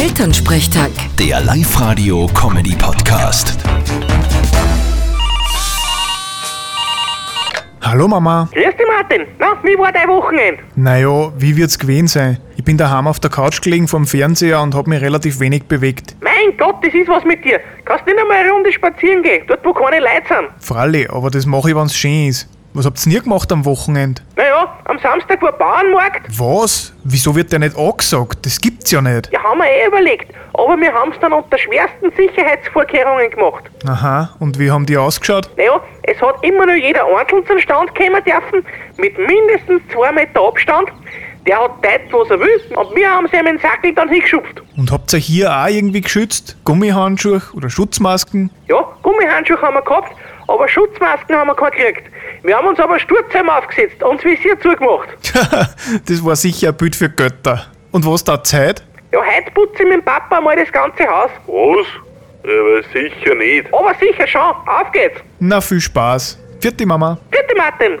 Elternsprechtag. Der Live-Radio-Comedy-Podcast. Hallo Mama. Grüß dich, Martin. Na, wie war dein Wochenende? Naja, wie wird's gewesen sein? Ich bin daheim auf der Couch gelegen vorm Fernseher und hab mich relativ wenig bewegt. Mein Gott, das ist was mit dir. Kannst nicht einmal eine Runde spazieren gehen, dort wo keine Leute sind. Fralli, aber das mache ich, wenn's schön ist. Was habt's nie gemacht am Wochenende? Naja, am Samstag war Bauernmarkt. Was? Wieso wird der nicht angesagt? Das gibt's ja nicht. Ja, haben wir eh überlegt. Aber wir haben's dann unter schwersten Sicherheitsvorkehrungen gemacht. Aha, und wie haben die ausgeschaut? Naja, es hat immer nur jeder einzeln zum Stand kommen dürfen, mit mindestens zwei Meter Abstand. Der hat Zeit, was er will, und wir haben sie ihm in den Sackel dann hingeschupft. Und habt's ihr hier auch irgendwie geschützt? Gummihandschuhe oder Schutzmasken? Ja, Gummihandschuhe haben wir gehabt, aber Schutzmasken haben wir keine gekriegt. Wir haben uns aber Sturzheim aufgesetzt und das Visier zugemacht. das war sicher ein Bild für Götter. Und was da Zeit? Ja, heute putze ich mit dem Papa mal das ganze Haus. Was? Aber sicher nicht. Aber sicher schon, auf geht's. Na, viel Spaß. Vierte Mama. Bitte Martin.